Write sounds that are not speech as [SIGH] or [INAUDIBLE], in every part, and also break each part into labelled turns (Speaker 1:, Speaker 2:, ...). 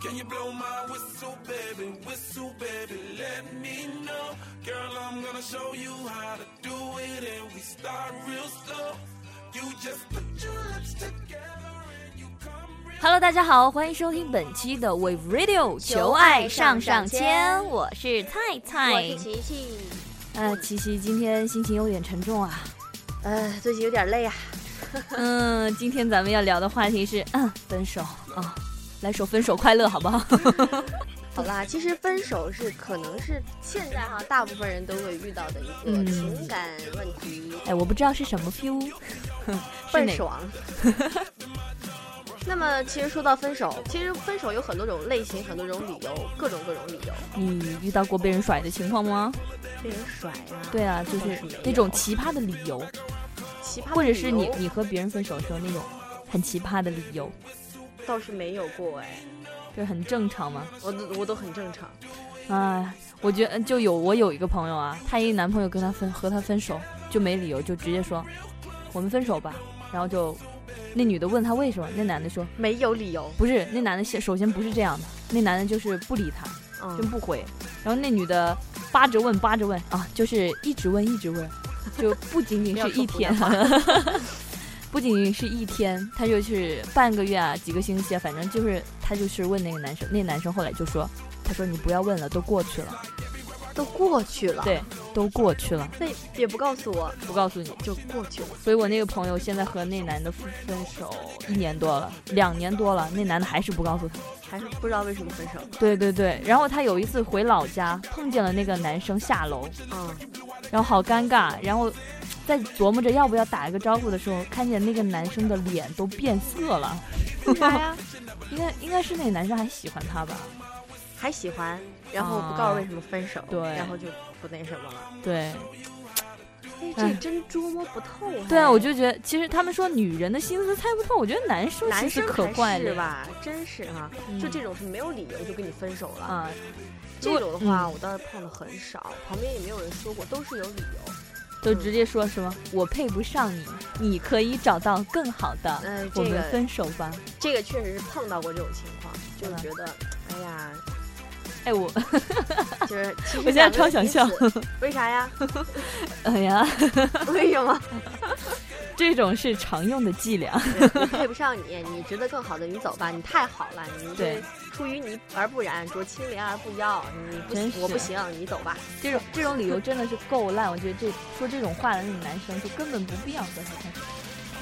Speaker 1: Can you blow my whistle, baby? Whistle, baby, let me know. Girl, I'm gonna show you how to do it, and we start real slow. You just put your lips together and you come real
Speaker 2: Hello，大家好，欢迎收听本期的 Wave Radio 求爱上上签，我是菜
Speaker 3: 我
Speaker 2: 菜
Speaker 3: 是。琪琪。
Speaker 2: 呃，琪琪今天心情有点沉重
Speaker 3: [LAUGHS]
Speaker 2: 啊。
Speaker 3: 呃，最近有点累啊。
Speaker 2: 嗯，今天咱们要聊的话题是，嗯，分手啊、来首分手快乐好不
Speaker 3: [LAUGHS]
Speaker 2: 好？
Speaker 3: 好啦，其实分手是可能是现在哈大部分人都会遇到的一个
Speaker 2: 嗯
Speaker 3: 情感问题，
Speaker 2: 哎，我不知道是什么 feel，哼 [LAUGHS] 是
Speaker 3: 倍、
Speaker 2: 哪？
Speaker 3: [LAUGHS] 爽。那么其实说到分手，其实分手有很多种类型，很多种理由，各种各种理由。
Speaker 2: 你遇到过被人甩的情况吗？
Speaker 3: 被人甩啊，
Speaker 2: 对啊，就
Speaker 3: 倒
Speaker 2: 是
Speaker 3: 是没有
Speaker 2: 那种奇葩的理由，
Speaker 3: 奇葩的
Speaker 2: 或者是你
Speaker 3: 理由
Speaker 2: 你和别人分手的时候那种很奇葩的理由，
Speaker 3: 倒是没有过哎，
Speaker 2: 这很正常吗？
Speaker 3: 我都我都很正常。
Speaker 2: 哎，我觉得就有我有一个朋友啊，她一男朋友跟她分和她分手就没理由，就直接说我们分手吧，然后就那女的问他为什么，那男的说
Speaker 3: 没有理由，
Speaker 2: 不是，那男的先首先不是这样的，那男的就是不理她，真
Speaker 3: 嗯，
Speaker 2: 不回，然后那女的扒着问扒着问啊，就是一直问一直问，就不仅仅
Speaker 3: 不要
Speaker 2: 是
Speaker 3: 说
Speaker 2: 一
Speaker 3: 湖
Speaker 2: 天
Speaker 3: 南，
Speaker 2: 不仅仅是一天，他就是半个月啊，几个星期啊，反正就是他就是问那个男生，那男生后来就说，他说你不要问了，都过去了。
Speaker 3: 都过去了，
Speaker 2: 对，都过去了，
Speaker 3: 那也不告诉我，
Speaker 2: 不告诉你。
Speaker 3: 就过去了。
Speaker 2: 所以我那个朋友现在和那男的分分手一年多了，两年多了，那男的还是不告诉他。
Speaker 3: 还是不知道为什么分手。
Speaker 2: 对对对，然后他有一次回老家碰见了那个男生下楼，
Speaker 3: 嗯，
Speaker 2: 然后好尴尬，然后在琢磨着要不要打一个招呼的时候，看见那个男生的脸都变色 [LAUGHS] 了。
Speaker 3: 为啥呀？
Speaker 2: 应该啊应该是那个男生还喜欢他吧？
Speaker 3: 还喜欢，然后不告诉为什么分手，
Speaker 2: 哦对
Speaker 3: 然后就不那什么了。
Speaker 2: 对
Speaker 3: 哎，
Speaker 2: 哎
Speaker 3: 这真捉摸不透、啊。
Speaker 2: 对啊，我就觉得其实他们说女人的心思猜不透，我觉得男生
Speaker 3: 男
Speaker 2: 其实
Speaker 3: 生
Speaker 2: 可
Speaker 3: 还
Speaker 2: 怪
Speaker 3: 是
Speaker 2: 了，
Speaker 3: 吧，真是哈、
Speaker 2: 嗯
Speaker 3: 就这种是没有理由就跟你分手了。
Speaker 2: 啊，
Speaker 3: 这种的话，
Speaker 2: 嗯
Speaker 3: 我倒是碰的很少，旁边也没有人说过，都是有理由。
Speaker 2: 就直接说什么我配不上你，你可以找到更好的，
Speaker 3: 嗯、
Speaker 2: 我
Speaker 3: 这
Speaker 2: 们
Speaker 3: 个
Speaker 2: 分手吧。
Speaker 3: 这个确实是碰到过这种情况，就
Speaker 2: 嗯
Speaker 3: 是觉得，哎呀，
Speaker 2: 哎我，
Speaker 3: 就是其实
Speaker 2: 我现在
Speaker 3: 咱们
Speaker 2: 超想
Speaker 3: 彼
Speaker 2: 笑 [LAUGHS]
Speaker 3: 此，为啥呀？ [LAUGHS]
Speaker 2: 哎呀，
Speaker 3: 为什么？
Speaker 2: 这种是常用的伎俩。
Speaker 3: 对配不上 [LAUGHS] 你，你值得更好的，你走吧，你太好了，你
Speaker 2: 对
Speaker 3: 这出于你而不染，濯清涟而不妖，你不
Speaker 2: 真
Speaker 3: 行
Speaker 2: 是，
Speaker 3: 我不行，你走吧。
Speaker 2: 这种这种理由真的是够烂，我觉得这说这种话的那种男生就根本不必要和他分手。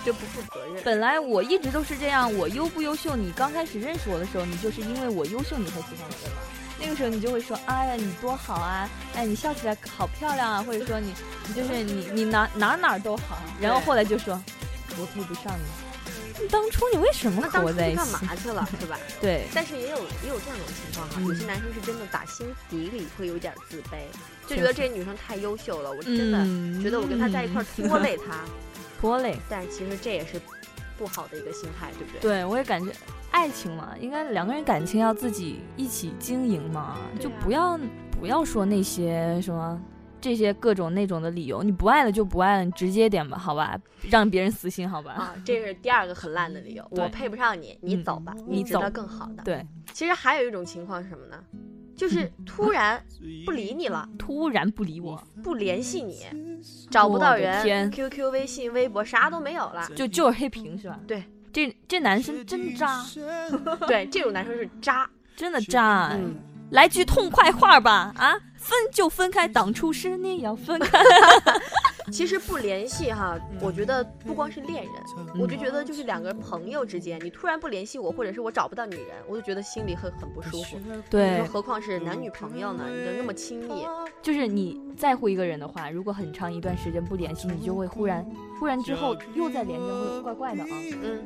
Speaker 3: 这不负责任。
Speaker 2: 本来我一直都是这样，我优不优秀，你刚开始认识我的时候，你就是因为我优秀你才喜欢我的嘛。那个时候你就会说，哎呀，你多好啊，哎，你笑起来好漂亮啊，或者说你，你就是你，你哪哪哪儿都好。然后后来就说，我配不上你。你当初你为什么
Speaker 3: 那
Speaker 2: 和
Speaker 3: 当
Speaker 2: 我
Speaker 3: 初
Speaker 2: 在一
Speaker 3: 干
Speaker 2: 起？
Speaker 3: 嘛去了，是吧？
Speaker 2: 对，
Speaker 3: 但是也有也有这样一种情况啊，
Speaker 2: 嗯
Speaker 3: 有些男生是真的打心底里会有点自卑，就
Speaker 2: 确
Speaker 3: 觉得
Speaker 2: 实
Speaker 3: 这女生太优秀了，我真的
Speaker 2: 嗯，
Speaker 3: 觉得我跟她在一块儿拖
Speaker 2: [LAUGHS]
Speaker 3: 累她。
Speaker 2: 拖累。
Speaker 3: 但是其实这也是不好的一个心态，对不对？
Speaker 2: 对，我也感觉爱情嘛，应该两个人感情要自己一起经营嘛，
Speaker 3: 对
Speaker 2: 就
Speaker 3: 啊
Speaker 2: 不要不要说那些什么这些各种那种的理由，你不爱了就不爱了，你直接点吧，好吧，让别人死心，好吧。
Speaker 3: 啊，这是第二个很烂的理由，
Speaker 2: 对
Speaker 3: 我配不上你，你
Speaker 2: 嗯
Speaker 3: 走吧，
Speaker 2: 你
Speaker 3: 值得
Speaker 2: 走
Speaker 3: 更好的。
Speaker 2: 对，
Speaker 3: 其实还有一种情况是什么呢？就是
Speaker 2: 嗯
Speaker 3: 突然不理你了，
Speaker 2: 突然不理我，
Speaker 3: 不联系你，找不到
Speaker 2: 我的天
Speaker 3: 人，QQ、微信、微博啥都没有
Speaker 2: [LAUGHS]
Speaker 3: 了。
Speaker 2: 就就是黑屏是吧？
Speaker 3: 对，
Speaker 2: 这这男生真渣，
Speaker 3: 对，这种男生是渣。
Speaker 2: 真的渣，哎
Speaker 3: 嗯，
Speaker 2: 来句痛快话吧，啊，分就分开，当初是你要分开，
Speaker 3: 其实不联系哈，
Speaker 2: 嗯
Speaker 3: 我觉得不光是恋人，我就觉得就是两个朋友之间，你突然不联系我，或者是我找不到你人，我就觉得心里会很不舒服。你说
Speaker 2: 对，
Speaker 3: 何况是男女朋友呢？你就那么亲密，
Speaker 2: 就是你在乎一个人的话，如果很长一段时间不联系，你就会忽然忽然之后又再联系，会怪怪的啊。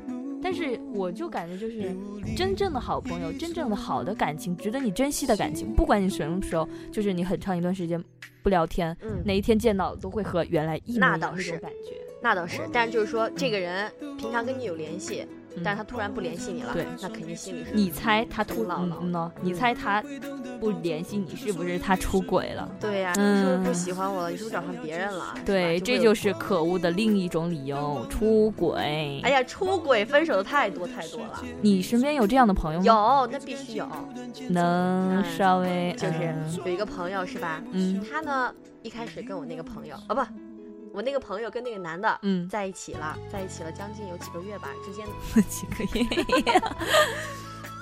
Speaker 3: 嗯，
Speaker 2: 但是我就感觉就是真正的好朋友，真正的好的感情，值得你珍惜的感情，不管你什么时候，就是你很长一段时间不聊天，
Speaker 3: 嗯
Speaker 2: 哪一天见到都会和原来一模一
Speaker 3: 那
Speaker 2: 样
Speaker 3: 倒
Speaker 2: 那
Speaker 3: 是
Speaker 2: 种感觉。
Speaker 3: 那倒是。但是就是说，这个人平常跟你有联系，但是他突然不联系你了，
Speaker 2: 对
Speaker 3: 那肯定心里是
Speaker 2: 嗯你猜他突
Speaker 3: 嗯
Speaker 2: 然
Speaker 3: 嗯
Speaker 2: 呢？你猜他不联系你，是不是他出轨了？
Speaker 3: 对呀、
Speaker 2: 嗯
Speaker 3: 你是不是不喜欢我了？你是不是找上别人了？
Speaker 2: 对，这
Speaker 3: 就
Speaker 2: 就
Speaker 3: 会
Speaker 2: 是可恶的另一种理由——出轨
Speaker 3: 有哎。呀，出轨分手的太多太多了，
Speaker 2: 你身边有这样的朋友吗？
Speaker 3: 有那必须有，
Speaker 2: 能
Speaker 3: 嗯
Speaker 2: 稍微
Speaker 3: 就是
Speaker 2: 嗯
Speaker 3: 有一个朋友是吧？
Speaker 2: 嗯
Speaker 3: 他呢一开始跟我那个朋友啊不，我那个朋友跟那个男的
Speaker 2: 嗯，
Speaker 3: 在一起了，在一起了将近有几个月吧，之间
Speaker 2: [LAUGHS] 几个月，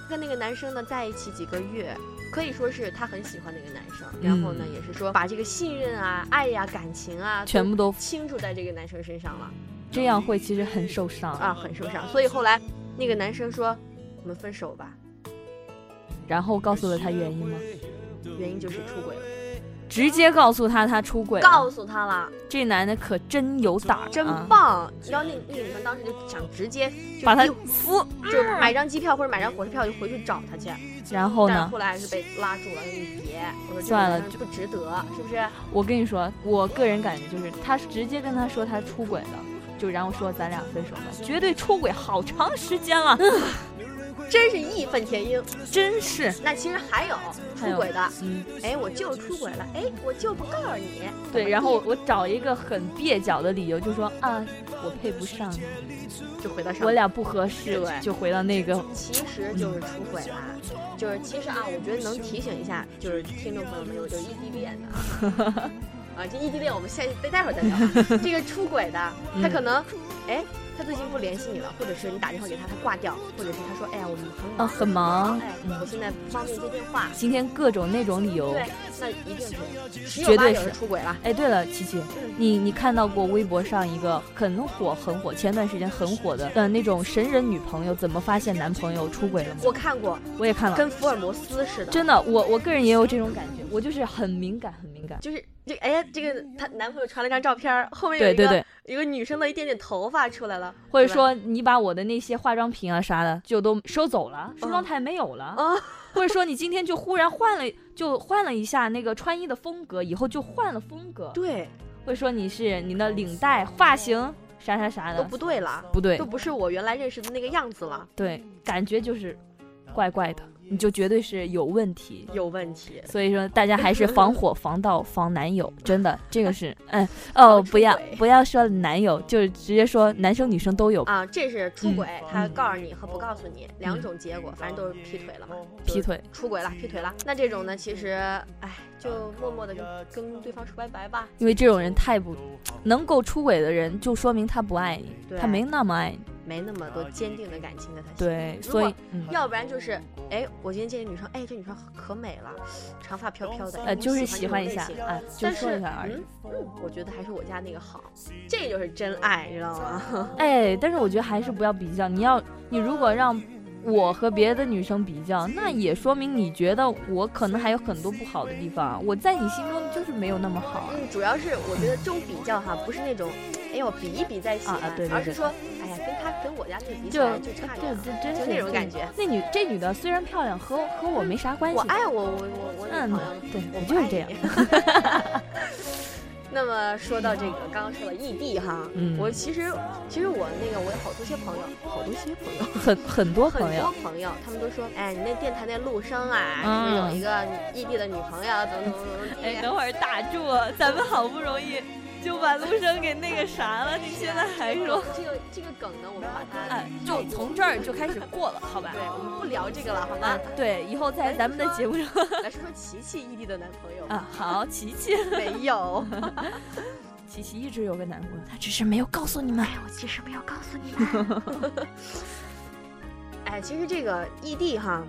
Speaker 3: 跟那个男生呢在一起几个月，可以说是他很喜欢那个男生，然后呢
Speaker 2: 嗯
Speaker 3: 也是说把这个信任啊、爱呀、感情啊
Speaker 2: 全部都
Speaker 3: 倾注在这个男生身上了
Speaker 2: 这样会其实很受伤。
Speaker 3: 啊，很受伤。所以后来那个男生说我们分手吧，
Speaker 2: 然后告诉了他原因吗？
Speaker 3: 嗯原因就是出轨了，
Speaker 2: 直接告诉他他出轨了。
Speaker 3: 告诉他了，
Speaker 2: 这男的可真有胆儿啊，
Speaker 3: 真棒！你知道那那女生当时就想直接就
Speaker 2: 把他
Speaker 3: 一
Speaker 2: 撕。
Speaker 3: 就买张机票或者买张火车票就回去找他去，
Speaker 2: 然后
Speaker 3: 但是
Speaker 2: 哦呢？
Speaker 3: 后来还是被拉住了，说你别，我说这个
Speaker 2: 算了
Speaker 3: 男生不值得，是不是？
Speaker 2: 我跟你说，我个人感觉就是他直接跟他说他出轨了，就然后说咱俩分手吧，绝对出轨好长时间了，
Speaker 3: 嗯真是义愤填膺。
Speaker 2: 真是。
Speaker 3: 那其实还有
Speaker 2: 还有
Speaker 3: 出轨的，
Speaker 2: 嗯，
Speaker 3: 哎，我就是出轨了，哎，我就不告诉你。
Speaker 2: 对，然后我找一个很蹩脚的理由，就说啊，我配不上你，
Speaker 3: 就回到上
Speaker 2: 我
Speaker 3: 面。
Speaker 2: 俩不合适，
Speaker 3: 对
Speaker 2: 就回到那个
Speaker 3: 其实就是出轨啦，就是其实啊，我觉得能提醒一下，就是听众朋友们有有异地恋的啊，啊，这异地恋我们下待待会儿再聊啊。这个出轨的，他可能，哎，他最近不联系你了，或者是你打电话给他，他挂掉，或者是他说，哎呀，我们很忙
Speaker 2: 啊很忙，
Speaker 3: 哎，我
Speaker 2: 嗯，
Speaker 3: 现在不方便接电话。
Speaker 2: 今天各种那种理由
Speaker 3: 对。，那一定是十有
Speaker 2: 绝
Speaker 3: 八
Speaker 2: 对
Speaker 3: 九
Speaker 2: 是
Speaker 3: 出轨了。
Speaker 2: 哎，对了，琪琪，你你看到过微博上一个很火很火，前段时间很火的呃那种神人女朋友怎么发现男朋友出轨了吗？
Speaker 3: 我看过，
Speaker 2: 我也看了，
Speaker 3: 跟福尔摩斯似的，
Speaker 2: 真的，我我个人也有这种感觉，我就是很敏感，很敏感。
Speaker 3: 就是这哎呀，这个她男朋友传了张照片儿，后面有
Speaker 2: 对
Speaker 3: 一个
Speaker 2: 对对，
Speaker 3: 一个女生的一点点头发出来了，
Speaker 2: 或者
Speaker 3: 对吧
Speaker 2: 说你把我的那些化妆品啊啥的就都收走了，梳妆台没有了，
Speaker 3: 哦
Speaker 2: [LAUGHS] 或者说你今天就忽然换了，就换了一下那个穿衣的风格，以后就换了风格，
Speaker 3: 对，
Speaker 2: 或者说你是你的领带、发型啥啥啥
Speaker 3: 都
Speaker 2: 的，
Speaker 3: 不对了，
Speaker 2: 不对
Speaker 3: 都，不是我原来认识的那个样子了，
Speaker 2: 对，感觉就是怪怪的，你就绝对是有问题。
Speaker 3: 有问题。
Speaker 2: 所以说，大家还是防火、防盗、防男友，真的，这个是，嗯，哦，
Speaker 3: 出
Speaker 2: 不要
Speaker 3: 轨
Speaker 2: 不要说男友，就是直接说男生女生都有
Speaker 3: 啊，这是出轨，
Speaker 2: 嗯
Speaker 3: 他
Speaker 2: 嗯
Speaker 3: 告诉你和不告诉你两种结果，反正都是劈腿了嘛，
Speaker 2: 劈腿，
Speaker 3: 出轨了，劈腿了。那这种呢，其实，哎，就默默的就跟对方说拜拜吧。
Speaker 2: 因为这种人太不能够出轨的人，就说明他不爱你，
Speaker 3: 对
Speaker 2: 他没那么爱你，
Speaker 3: 没那么多坚定的感情在他心里。
Speaker 2: 对，
Speaker 3: 如
Speaker 2: 所以
Speaker 3: 果，
Speaker 2: 嗯，
Speaker 3: 要不然就是，哎，我今天见这女生，哎，这女生可美了，长发飘飘的，哎
Speaker 2: 呃，就是喜
Speaker 3: 我喜
Speaker 2: 欢
Speaker 3: 欢
Speaker 2: 一
Speaker 3: 这种
Speaker 2: 下
Speaker 3: 类型，
Speaker 2: 啊，就
Speaker 3: 但
Speaker 2: 说
Speaker 3: 是，
Speaker 2: 一下而已
Speaker 3: 嗯。嗯，我觉得还是我家那个好，这就是真爱，你知道吗？
Speaker 2: 哎，但是我觉得还是不要比较，你要你如果让。我和别的女生比较，那也说明你觉得我可能还有很多不好的地方，啊我在你心中就是没有那么好啊。
Speaker 3: 嗯，主要是我觉得这种比较哈，不是那种，哎呦比一比再喜欢，
Speaker 2: 啊啊对对
Speaker 3: 而
Speaker 2: 对
Speaker 3: 是说，哎呀，跟他跟我家那个比起
Speaker 2: 就
Speaker 3: 来就差点
Speaker 2: 对
Speaker 3: 了，
Speaker 2: 对，真
Speaker 3: 就是那种
Speaker 2: 对
Speaker 3: 感觉
Speaker 2: 那女这女的虽然漂亮，和和我没啥关系。
Speaker 3: 我爱我我我我
Speaker 2: 嗯
Speaker 3: 女朋友，，
Speaker 2: 对，我
Speaker 3: 我不
Speaker 2: 就是
Speaker 3: 爱
Speaker 2: 这样
Speaker 3: 你。 [LAUGHS] 那么说到这个，刚刚说了异地哈，
Speaker 2: 嗯
Speaker 3: 我其实其实我那个我有好多些朋友，好多些朋友，
Speaker 2: 很很多
Speaker 3: 很
Speaker 2: 朋友
Speaker 3: 多，朋友，他们都说，哎，你那电台那陆生啊，
Speaker 2: 嗯
Speaker 3: 什么有一个异地的女朋友，怎么怎么怎么
Speaker 2: 哎，
Speaker 3: 地。
Speaker 2: 等会儿打住，啊咱们好不容易就把陆生给那个啥了，你现在还说，
Speaker 3: 这个这个梗呢，我们把它，
Speaker 2: 哎，就从这儿就开始过了，好吧
Speaker 3: 对，？我们不聊这个了，好吗
Speaker 2: 啊？，对，以后在咱们的节目上
Speaker 3: 来说说琪琪异地的男朋友，
Speaker 2: 哎啊，好，琪琪，
Speaker 3: 没
Speaker 2: [LAUGHS]
Speaker 3: 有，
Speaker 2: 琪琪一直有个男朋友，她只是没有告诉你们。
Speaker 3: 我其实没有告诉你们。哎，其实这个异地哈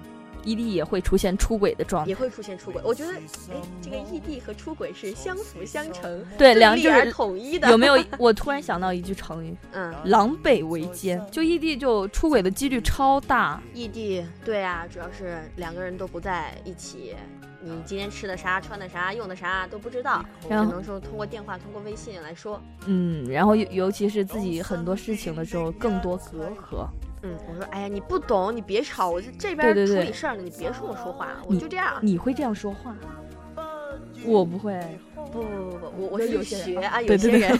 Speaker 2: 异地也会出现出轨的状态
Speaker 3: 也，会出现出轨，我觉得哎，这个异地和出轨是相辅相成，
Speaker 2: 对，两
Speaker 3: 理
Speaker 2: 就
Speaker 3: 而
Speaker 2: 是
Speaker 3: 统一的。
Speaker 2: 有没有？我突然想到一句成 [LAUGHS] 语，
Speaker 3: 嗯，
Speaker 2: 狼狈为奸，就异地就出轨的几率超大。
Speaker 3: 异地，对啊，主要是两个人都不在一起，你今天吃的啥、穿的啥、用的啥都不知道，
Speaker 2: 嗯
Speaker 3: 只
Speaker 2: 然后，
Speaker 3: 能说通过电话、通过微信来说。
Speaker 2: 嗯，然后尤尤其是自己很多事情的时候，更多隔阂。
Speaker 3: 嗯，我说，哎呀，你不懂，你别吵，我就这
Speaker 2: 对
Speaker 3: 边
Speaker 2: 对嗯
Speaker 3: 处
Speaker 2: 对
Speaker 3: 理事儿呢，你别跟我说话，我
Speaker 2: 你
Speaker 3: 就这样。
Speaker 2: 你会这样说话？我不会，
Speaker 3: 不不不不，我我
Speaker 2: 有
Speaker 3: 是
Speaker 2: 有些人
Speaker 3: 学啊，有
Speaker 2: 对
Speaker 3: 些
Speaker 2: 对
Speaker 3: 人，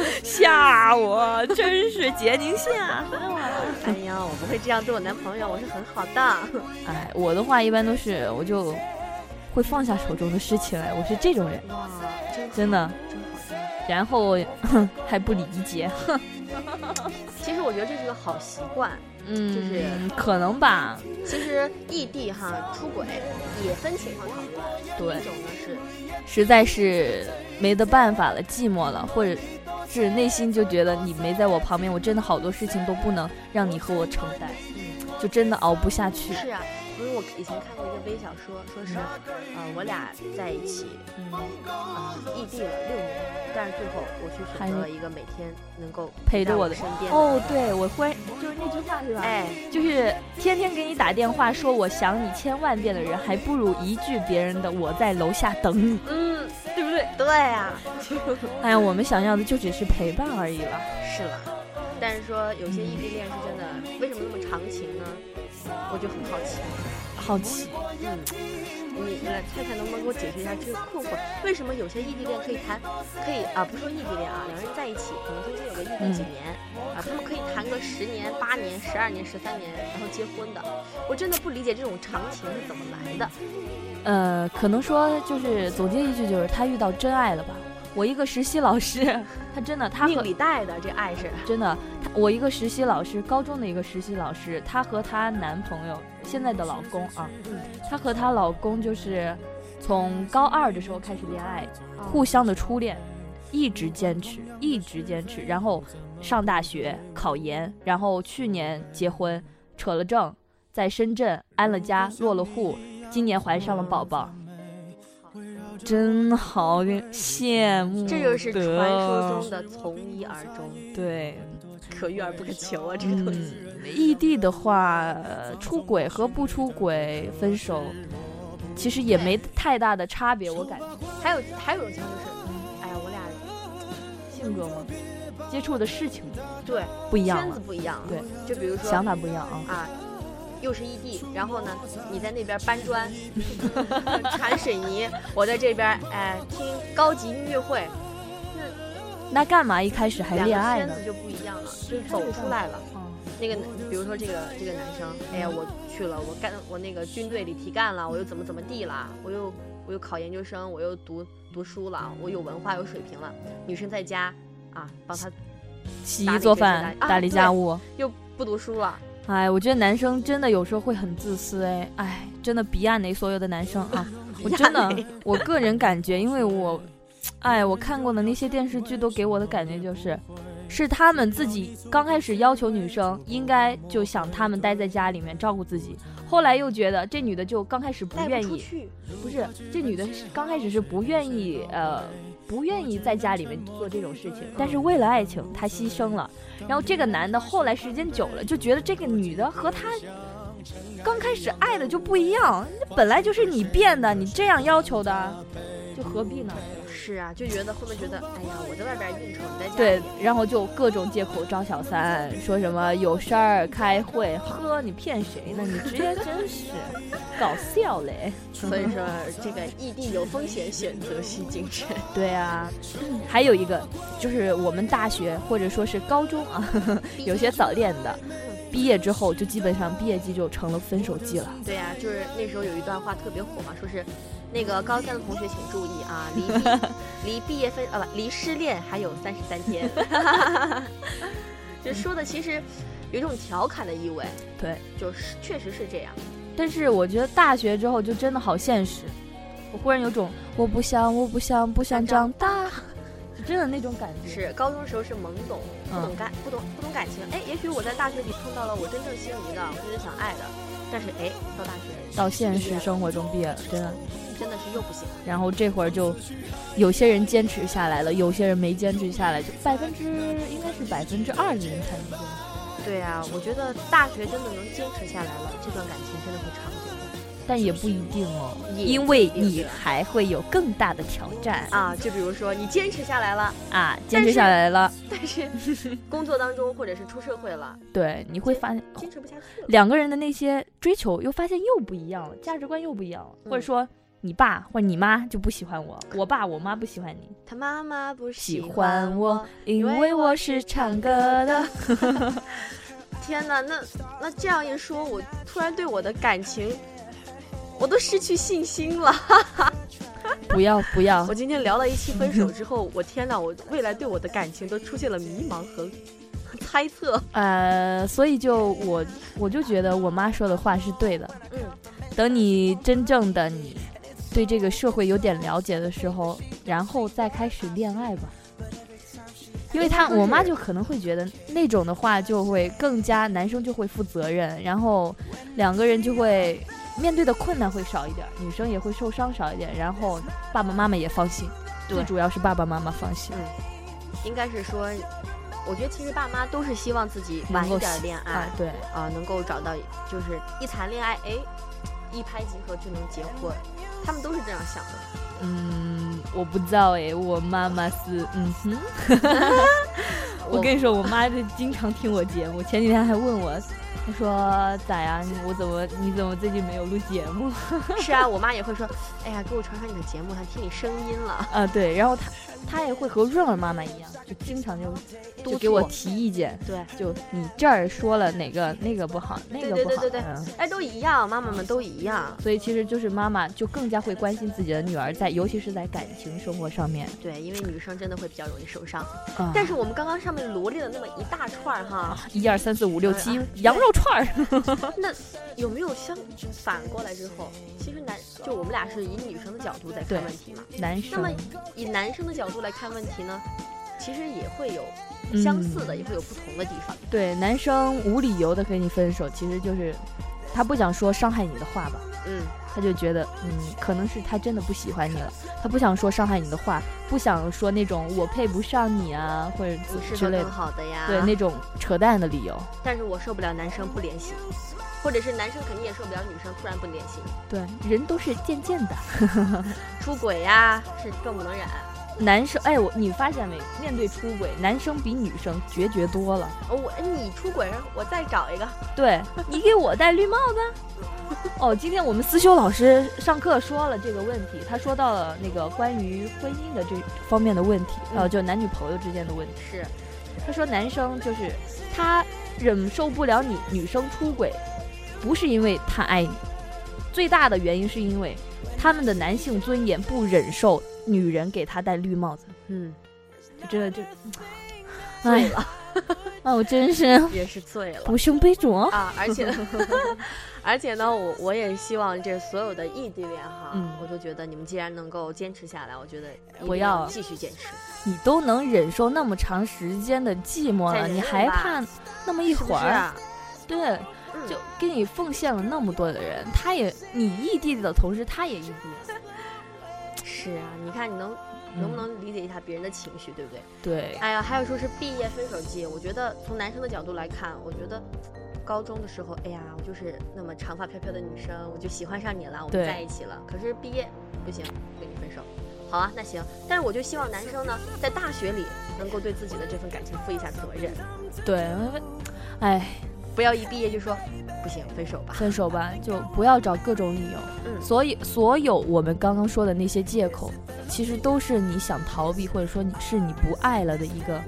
Speaker 2: [LAUGHS] 吓我，真是姐您吓死我了。
Speaker 3: 哎呀，我不会这样对我男朋友，我是很好的。
Speaker 2: [LAUGHS] 哎，我的话一般都是我就会放下手中的事情，哎，我是这种人，
Speaker 3: 哇，真好
Speaker 2: 真的。
Speaker 3: 真好。
Speaker 2: 然后还不理解，
Speaker 3: 其实我觉得这是个好习惯。
Speaker 2: [LAUGHS] 嗯，
Speaker 3: 就是
Speaker 2: 可能吧，
Speaker 3: 其实异地哈出轨也分情况讨论，
Speaker 2: 对
Speaker 3: 一，种呢是
Speaker 2: 实在是没得办法了，寂寞了，或者是内心就觉得你没在我旁边，我真的好多事情都不能让你和我承担，
Speaker 3: 嗯
Speaker 2: 就真的熬不下去。
Speaker 3: 是啊，不是我以前看过一个微小说，说是，呃，我俩在一起，
Speaker 2: 嗯，
Speaker 3: 呃，异地了六年，但是最后我去选择了一个每天能够
Speaker 2: 陪着
Speaker 3: 在
Speaker 2: 我
Speaker 3: 我
Speaker 2: 的
Speaker 3: 身边的，
Speaker 2: 哦，对，我忽然就是那句话是吧？
Speaker 3: 哎，
Speaker 2: 就是天天给你打电话说我想你千万遍的人，还不如一句别人的我在楼下等你，
Speaker 3: 嗯，
Speaker 2: 对不对？
Speaker 3: 对啊呀、
Speaker 2: 哎呀，我们想要的就只是陪伴而已了。
Speaker 3: 是了。但是说有些异地恋是真的，为什么那么长情呢？我就很好奇，
Speaker 2: 好奇，
Speaker 3: 嗯，你你来看看能不能给我解释一下这个困惑，为什么有些异地恋可以谈，可以啊，不说异地恋啊，两人在一起，可能中间有个异地
Speaker 2: 嗯
Speaker 3: 几年、啊，他们可以谈个十年、八年、十二年、十三年，然后结婚的，我真的不理解这种长情是怎么来的。
Speaker 2: 呃，可能说就是总结一句，就是他遇到真爱了吧。我一个实习老师，他真的，他
Speaker 3: 命
Speaker 2: 和嗯
Speaker 3: 里带的这爱是，
Speaker 2: 真的，他我一个实习老师，高中的一个实习老师，她和她男朋友现在的老公啊，
Speaker 3: 嗯
Speaker 2: 她和她老公就是从高二的时候开始恋爱，
Speaker 3: 啊
Speaker 2: 互相的初恋，一直坚持，一直坚持，然后上大学考研，然后去年结婚，扯了证，在深圳安了家，落了户，今年怀上了宝宝。真好，羡慕。
Speaker 3: 这就是传
Speaker 2: 啊
Speaker 3: 说中的从一而终，
Speaker 2: 对，
Speaker 3: 可遇而不可求啊，这个东西。
Speaker 2: 嗯异地的话，呃出轨和不出轨分手，其实也没太大的差别，我感觉。
Speaker 3: 还有还有一种情况就是，哎呀，我俩
Speaker 2: 性格吗？接触的事情
Speaker 3: 对
Speaker 2: 不一样
Speaker 3: 圈子
Speaker 2: 了，
Speaker 3: 不一样了，
Speaker 2: 对，
Speaker 3: 就比如说
Speaker 2: 想法不一样啊。
Speaker 3: 啊，又是异地，然后呢，你在那边搬砖、
Speaker 2: [LAUGHS]
Speaker 3: 铲水泥，我在这边哎听高级音乐会，
Speaker 2: 那干嘛一开始还
Speaker 3: 两
Speaker 2: 恋爱
Speaker 3: 个圈
Speaker 2: 呢
Speaker 3: 子？就不一样了，就走出来了。
Speaker 2: 嗯
Speaker 3: 那个男，比如说这个这个男生，哎呀，我去了，我干我那个军队里提干了，我又怎么怎么地了，我又我又考研究生，我又读读书了，我有文化有水平了。女生在家啊，帮他
Speaker 2: 洗
Speaker 3: 打
Speaker 2: 衣
Speaker 3: 理
Speaker 2: 做
Speaker 3: 这些
Speaker 2: 饭，
Speaker 3: 打理啊
Speaker 2: 打理家务。
Speaker 3: 又不读书了，
Speaker 2: 哎，我觉得男生真的有时候会很自私哎，哎，真的比亚雷所有的男生
Speaker 3: [LAUGHS]
Speaker 2: 啊，我真
Speaker 3: 亚
Speaker 2: 的
Speaker 3: 雷，
Speaker 2: 我个人感觉，因为我，哎，我看过的那些电视剧都给我的感觉就是，是他们自己刚开始要求女生应该就想他们待在家里面照顾自己，后来又觉得这女的就刚开始不
Speaker 3: 带
Speaker 2: 愿
Speaker 3: 不出
Speaker 2: 意，
Speaker 3: 去，
Speaker 2: 不是这女的是刚开始是不愿意呃。不愿意在家里面做这种事情，但是为了爱情，她牺牲了。然后这个男的后来时间久了，就觉得这个女的和他刚开始爱的就不一样，本来就是你变的，你这样要求的，就何必呢？
Speaker 3: 是啊，就觉得后面觉得，哎呀，我在外边应酬，你在家
Speaker 2: 对
Speaker 3: 里，
Speaker 2: 然后就各种借口找小三，说什么有事儿开会，呵，你骗谁呢？你直接真是搞笑嘞！
Speaker 3: 所以说，这个异地有风险，选择需谨慎。
Speaker 2: 对啊，还有一个就是我们大学或者说是高中啊， [LAUGHS] 有些早恋的，毕业之后就基本上毕业季就成了分手季了。
Speaker 3: 对呀、就是那时候有一段话特别火嘛，说是那个高三的同学请注意啊，离毕 [LAUGHS] 离毕业分啊不离失恋还有三十三 [LAUGHS] 天，就说的其实有一种调侃的意味，
Speaker 2: 对，
Speaker 3: 就是确实是这样。
Speaker 2: 但是我觉得大学之后就真的好现实，我忽然有种我不想，我不想，不想长大， [LAUGHS] 就真的那种感觉。
Speaker 3: 是高中时候是懵懂，不
Speaker 2: 嗯
Speaker 3: 懂感不懂不懂感情，哎，也许我在大学里碰到了我真正心仪的，我真正想爱的，但是哎，到大学
Speaker 2: 到现实生活中毕业了，真的。
Speaker 3: 真的是又不行了。
Speaker 2: 然后这会儿就，有些人坚持下来了，有些人没坚持下来，就百分之应该是百分之二的人才能坚持。
Speaker 3: 对啊，我觉得大学真的能坚持下来了，这段感情真的会长久。
Speaker 2: 但也不一定哦，
Speaker 3: 也
Speaker 2: 因为你还会有更大的挑战
Speaker 3: 啊，就比如说你坚持下来了，
Speaker 2: 啊！坚持下来了，
Speaker 3: 但是
Speaker 2: [LAUGHS]
Speaker 3: 工作当中或者是出社会了，
Speaker 2: 对，你会发现
Speaker 3: 坚持不下去了。
Speaker 2: 两个人的那些追求又发现又不一样了，价值观又不一样了，
Speaker 3: 嗯
Speaker 2: 或者说你爸或者你妈就不喜欢
Speaker 3: [LAUGHS]
Speaker 2: 我，我爸我妈不喜欢你，
Speaker 3: 他妈妈不
Speaker 2: 喜
Speaker 3: 欢
Speaker 2: 欢我，因为
Speaker 3: 为
Speaker 2: 我
Speaker 3: 我
Speaker 2: 是
Speaker 3: 是
Speaker 2: 唱
Speaker 3: 唱
Speaker 2: 歌
Speaker 3: 歌
Speaker 2: 的
Speaker 3: 的。天哪，那那这样一说，我突然对我的感情，我都失去信心了。
Speaker 2: [LAUGHS] 不要不要
Speaker 3: [LAUGHS] 我，今天聊了一期分手之后，我天哪，我未来对我的感情都出现了迷茫和猜测。
Speaker 2: 呃，所以就我我就觉得我妈说的话是对的。
Speaker 3: 嗯，
Speaker 2: 等你真正的你对这个社会有点了解的时候，然后再开始恋爱吧。因为他，
Speaker 3: 应该就是
Speaker 2: 我妈就可能会觉得那种的话，就会更加男生就会负责任，然后两个人就会面对的困难会少一点，女生也会受伤少一点，然后爸爸妈妈也放心。
Speaker 3: 对
Speaker 2: 最主要是爸爸妈妈放心。
Speaker 3: 应该是说，我觉得其实爸妈都是希望自己晚一点恋爱
Speaker 2: 啊，对，
Speaker 3: 啊、能够找到就是一谈恋爱，哎，一拍即合就能结婚，他们都是这样想的。
Speaker 2: 嗯，我不知道哎，我妈妈是，嗯 [LAUGHS] 哼。我跟你说，我妈就经常听我节目，前几天还问我，她说咋呀？你我怎么你怎么最近没有录节目
Speaker 3: 是啊，我妈也会说，哎呀，给我传传你的节目，还听你声音了。
Speaker 2: [LAUGHS] 啊？对，然后她她也会和润儿妈妈一样，就经常就就
Speaker 3: 督促
Speaker 2: 给我提意见，
Speaker 3: 对，
Speaker 2: 就你这儿说了哪个那个不好，那个不好，
Speaker 3: 对对对对对
Speaker 2: 嗯
Speaker 3: 哎，都一样，妈妈们都一样。
Speaker 2: 所以其实就是妈妈就更加会关心自己的女儿在，尤其是在感情生活上面。
Speaker 3: 对，因为女生真的会比较容易受伤。
Speaker 2: 啊
Speaker 3: 但是我们刚刚上面罗列了那么一大串儿哈，
Speaker 2: 一二三四五六七
Speaker 3: 哎呀
Speaker 2: 羊肉串儿， [LAUGHS]
Speaker 3: 那有没有相反过来之后，其实男就我们俩是以女生的角度在
Speaker 2: 对
Speaker 3: 看问题嘛？
Speaker 2: 男
Speaker 3: 那
Speaker 2: 生
Speaker 3: 么以男生的角度来看问题呢，其实也会有
Speaker 2: 嗯
Speaker 3: 相似的，也会有不同的地方。
Speaker 2: 对男生无理由的跟你分手，其实就是他不想说伤害你的话吧。
Speaker 3: 嗯，
Speaker 2: 他就觉得，嗯，可能是他真的不喜欢你了，他不想说伤害你的话，不想说那种我配不上你啊，或者
Speaker 3: 不是
Speaker 2: 之
Speaker 3: 合
Speaker 2: 类
Speaker 3: 更
Speaker 2: 的，
Speaker 3: 好的啊呀。
Speaker 2: 对那种扯淡的理由。
Speaker 3: 但是我受不了男生不联系，或者是男生肯定也受不了女生突然不联系，
Speaker 2: 对，人都是渐渐的。
Speaker 3: 出轨呀、是更不能忍。
Speaker 2: 男生，哎，我你发现没？面对出轨，男生比女生决绝多了。
Speaker 3: 哦，我你出轨，我再找一个。
Speaker 2: 对你给我戴绿帽子。啊哦，今天我们思修老师上课说了这个问题，他说到了那个关于婚姻的这方面的问题，呃，
Speaker 3: 嗯
Speaker 2: 就男女朋友之间的问题。
Speaker 3: 是，
Speaker 2: 他说男生就是他忍受不了你女生出轨，不是因为他爱你，最大的原因是因为他们的男性尊严不忍受女人给他戴绿帽子，
Speaker 3: 嗯，
Speaker 2: 这就，
Speaker 3: 醉
Speaker 2: 哎
Speaker 3: 了，
Speaker 2: 啊，我真是 [LAUGHS]
Speaker 3: 也是醉了。
Speaker 2: 不胜杯主。
Speaker 3: [LAUGHS] 啊，而且，而且呢，我我也希望这所有的异地恋哈，
Speaker 2: 嗯
Speaker 3: 我就觉得你们既然能够坚持下来，我觉得一定
Speaker 2: 不要
Speaker 3: 继续坚持，
Speaker 2: 你都能忍受那么长时间的寂寞
Speaker 3: 再
Speaker 2: 了，
Speaker 3: 忍
Speaker 2: 你
Speaker 3: 忍
Speaker 2: 还
Speaker 3: 吧
Speaker 2: 怕那么一
Speaker 3: 是不
Speaker 2: 会
Speaker 3: 是
Speaker 2: 儿？
Speaker 3: 啊？
Speaker 2: 对，
Speaker 3: 嗯
Speaker 2: 就给你奉献了那么多的人，他也你异地的同时，他也异地，
Speaker 3: 是啊，你看你能能
Speaker 2: 嗯
Speaker 3: 不能理解一下别人的情绪，对不对？
Speaker 2: 对？
Speaker 3: 哎呀，还有说是毕业分手季，我觉得从男生的角度来看，我觉得高中的时候，哎呀，我就是那么长发飘飘的女生，我就喜欢上你了，我
Speaker 2: 对
Speaker 3: 们在一起了。可是毕业不行，跟你分手。好啊，那行，但是我就希望男生呢，在大学里能够对自己的这份感情负一下责任，
Speaker 2: 对，哎，
Speaker 3: 不要一毕业就说不行，分手吧。
Speaker 2: 分手吧，就不要找各种理由。
Speaker 3: 嗯
Speaker 2: 所以所有我们刚刚说的那些借口，其实都是你想逃避，或者说你是你不爱了的一个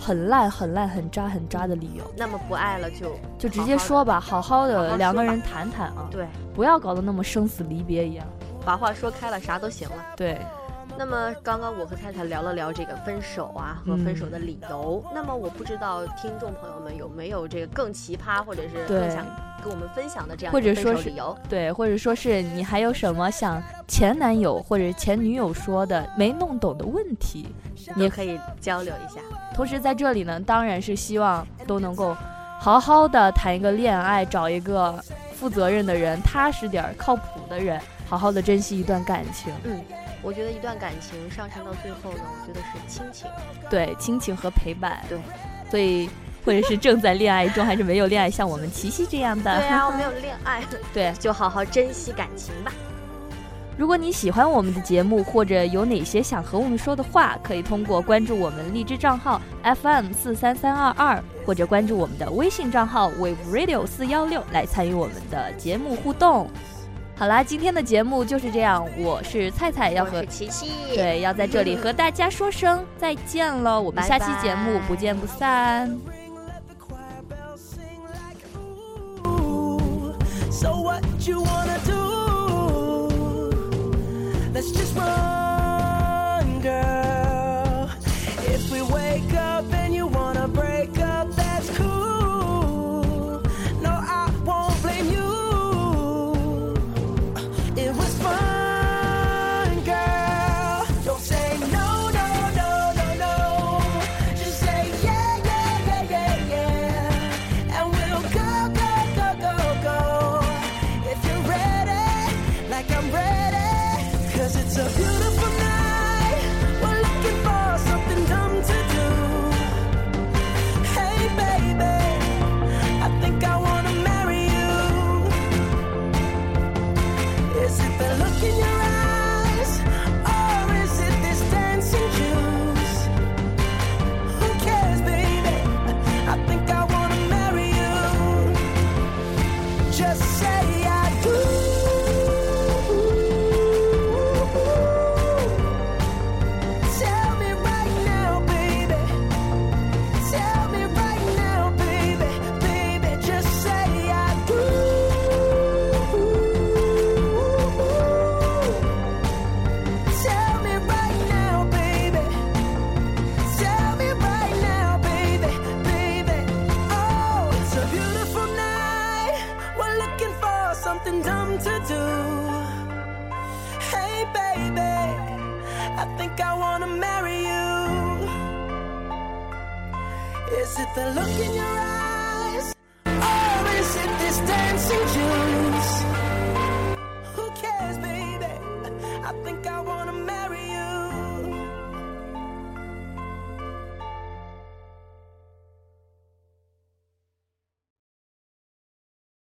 Speaker 2: 很烂、很烂、很渣、很渣的理由。
Speaker 3: 那么不爱了就
Speaker 2: 就直接说吧，好好
Speaker 3: 好好
Speaker 2: 的
Speaker 3: 说
Speaker 2: 两个
Speaker 3: 吧
Speaker 2: 人谈谈啊，
Speaker 3: 对，
Speaker 2: 不要搞得那么生死离别一样。
Speaker 3: 把话说开了，啥都行了。
Speaker 2: 对，
Speaker 3: 那么刚刚我和太太聊了聊这个分手啊和分手
Speaker 2: 嗯
Speaker 3: 的理由，那么我不知道听众朋友们有没有这个更奇葩或者是
Speaker 2: 对
Speaker 3: 更想跟我们分享的这样
Speaker 2: 或者
Speaker 3: 的分
Speaker 2: 说
Speaker 3: 手
Speaker 2: 是
Speaker 3: 理由？
Speaker 2: 对，或者说是你还有什么想前男友或者前女友说的没弄懂的问题？
Speaker 3: 也可以交流一下。
Speaker 2: 同时在这里呢，当然是希望都能够好好的谈一个恋爱，找一个负责任的人，踏实点儿、靠谱的人，好好的珍惜一段感情。
Speaker 3: 嗯我觉得一段感情上升到最后呢，我觉得是亲情。
Speaker 2: 对，亲情和陪伴。
Speaker 3: 对，
Speaker 2: 所以或者是正在恋爱中，还是没有恋爱，像我们琪琪这样的。
Speaker 3: 对啊，我没有恋爱，
Speaker 2: 对
Speaker 3: 就好好珍惜感情吧。
Speaker 2: 如果你喜欢我们的节目，或者有哪些想和我们说的话，可以通过关注我们荔枝账号 FM 四三三二二，或者关注我们的微信账号 Wave Radio 四幺六来参与我们的节目互动。好啦，今天的节目就是这样，我是菜菜，要
Speaker 3: 我
Speaker 2: 和
Speaker 3: 是琪琪，，
Speaker 2: 对要在这里和大家说声再见喽，我们
Speaker 3: 拜
Speaker 2: 下期节目
Speaker 3: 拜
Speaker 2: 不见不散。
Speaker 4: So what you wanna do? Let's just run, girl. If we wake up and you wanna break up, that's cool. No, I won't blame you. It was fun, girl. Don't say no, no, no, no, no. Just say yeah, yeah, yeah, yeah, yeah. And we'll go, go, go, go, go. If you're ready, like I'm ready. Cause it's a beautiful night. We're looking for something dumb to do. Hey, baby, I think I wanna marry you. Is it the look in your eyes? Or is it this dancing juice? Who cares, baby? I think I wanna marry you. Just say I do. Tell me right now, baby. Tell me right now, baby, baby, just say I do. Tell me right now, baby. Tell me right now, baby, baby. Oh, it's a beautiful night. We're looking for something dumb to do. Hey, baby, I think I wanna marry you. Is it the look in your eyes? Or is it this dancing juice?